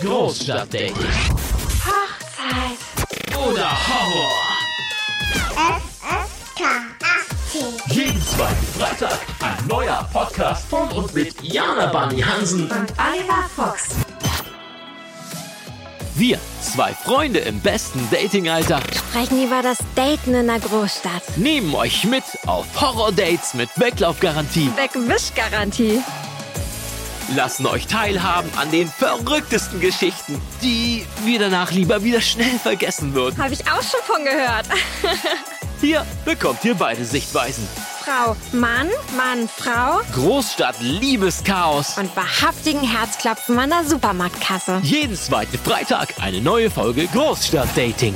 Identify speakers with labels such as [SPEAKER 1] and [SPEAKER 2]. [SPEAKER 1] Großstadtdating.
[SPEAKER 2] Hochzeit.
[SPEAKER 1] Oder Horror.
[SPEAKER 2] FFK 18.
[SPEAKER 1] Jeden zweiten Freitag ein neuer Podcast von und mit Jana Barney Hansen.
[SPEAKER 2] Und Oliver Fuchs.
[SPEAKER 1] Wir, zwei Freunde im besten Datingalter,
[SPEAKER 3] sprechen über das Daten in der Großstadt.
[SPEAKER 1] nehmen euch mit auf Horror-Dates mit Weglaufgarantie,
[SPEAKER 3] Wegwischgarantie.
[SPEAKER 1] lassen euch teilhaben an den verrücktesten Geschichten, die wir danach lieber wieder schnell vergessen würden.
[SPEAKER 3] Habe ich auch schon von gehört.
[SPEAKER 1] Hier bekommt ihr beide Sichtweisen.
[SPEAKER 3] Frau, Mann, Mann, Frau
[SPEAKER 1] Großstadt Liebeschaos.
[SPEAKER 3] und wahrhaftigen Herzklopfen an der Supermarktkasse.
[SPEAKER 1] Jeden zweiten Freitag eine neue Folge Großstadt Dating.